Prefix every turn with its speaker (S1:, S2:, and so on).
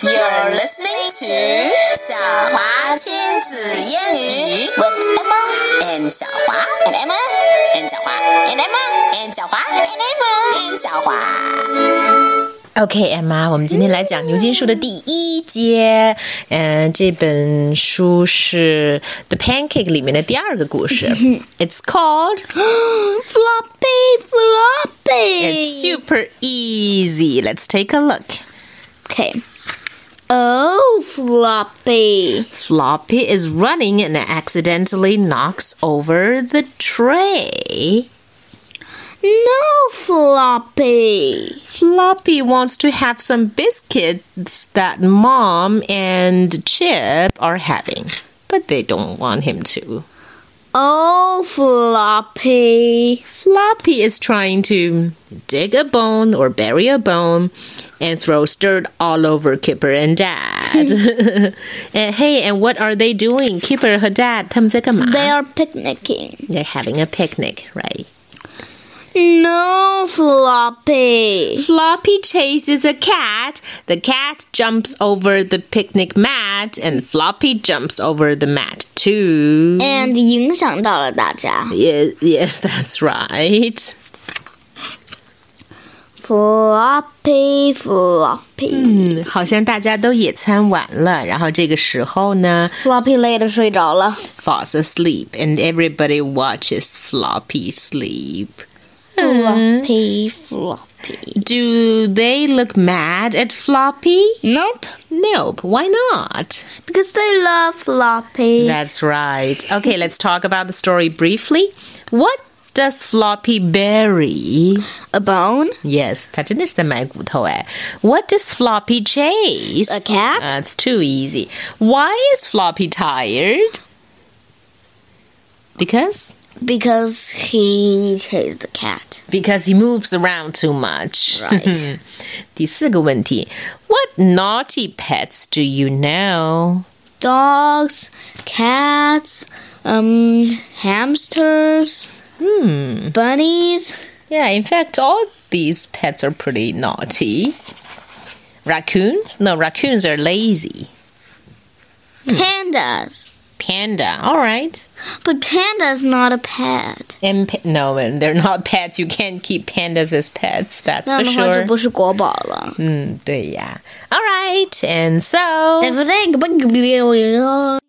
S1: You're listening to 小华亲子英语 with Emma and 小华 and Emma and 小华 and Emma and 小华 and Emma and 小华。
S2: OK，艾妈，我们今天来讲牛津树的第一节。嗯，这本书是《The Pancake》里面的第二个故事。It's called
S3: floppy, floppy.
S2: It's Super Easy. Let's take a look.
S3: Okay. Oh, floppy.
S2: Floppy is running and accidentally knocks over the tray.
S3: No, floppy.
S2: Floppy wants to have some biscuits that Mom and Chip are having, but they don't want him to.
S3: Oh, floppy.
S2: Floppy is trying to dig a bone or bury a bone and throws dirt all over Kipper and Dad. and hey, and what are they doing? Kipper 和 Dad 他们在干嘛？
S3: They are picnicking.
S2: They're having a picnic, right?
S3: No, floppy.
S2: Floppy chases a cat. The cat jumps over the picnic mat, and Floppy jumps over the mat too.
S3: And 影响到了大家.
S2: Yes, yes, that's right.
S3: Floppy, floppy.
S2: 嗯，好像大家都野餐完了，然后这个时候呢
S3: Floppy 累得睡着了.
S2: ，Falls asleep and everybody watches Floppy sleep.
S3: Floppy, floppy.
S2: Do they look mad at Floppy?
S3: Nope.
S2: Nope. Why not?
S3: Because they love floppy.
S2: That's right. Okay, let's talk about the story briefly. What does Floppy bury?
S3: A bone?
S2: Yes, 他真的是在埋骨头哎。What does Floppy chase?
S3: A cat?
S2: That's too easy. Why is Floppy tired? Because
S3: Because he chased the cat.
S2: because he moves around too much.
S3: Right.
S2: 第四个问题, what naughty pets do you know?
S3: Dogs, cats, um, hamsters, bunnies,
S2: Hmm. Yeah, in fact, all these pets are pretty naughty. Raccoon? No, raccoons are lazy. Hmm.
S3: pandas.
S2: Panda, all right.
S3: But panda's not a pet.
S2: And pa- no, and they're not pets. You can't keep pandas as pets. That's for sure. Hmm.
S3: 那样的话就不是国宝了。
S2: 嗯，对呀。All right, and so
S3: That's what I-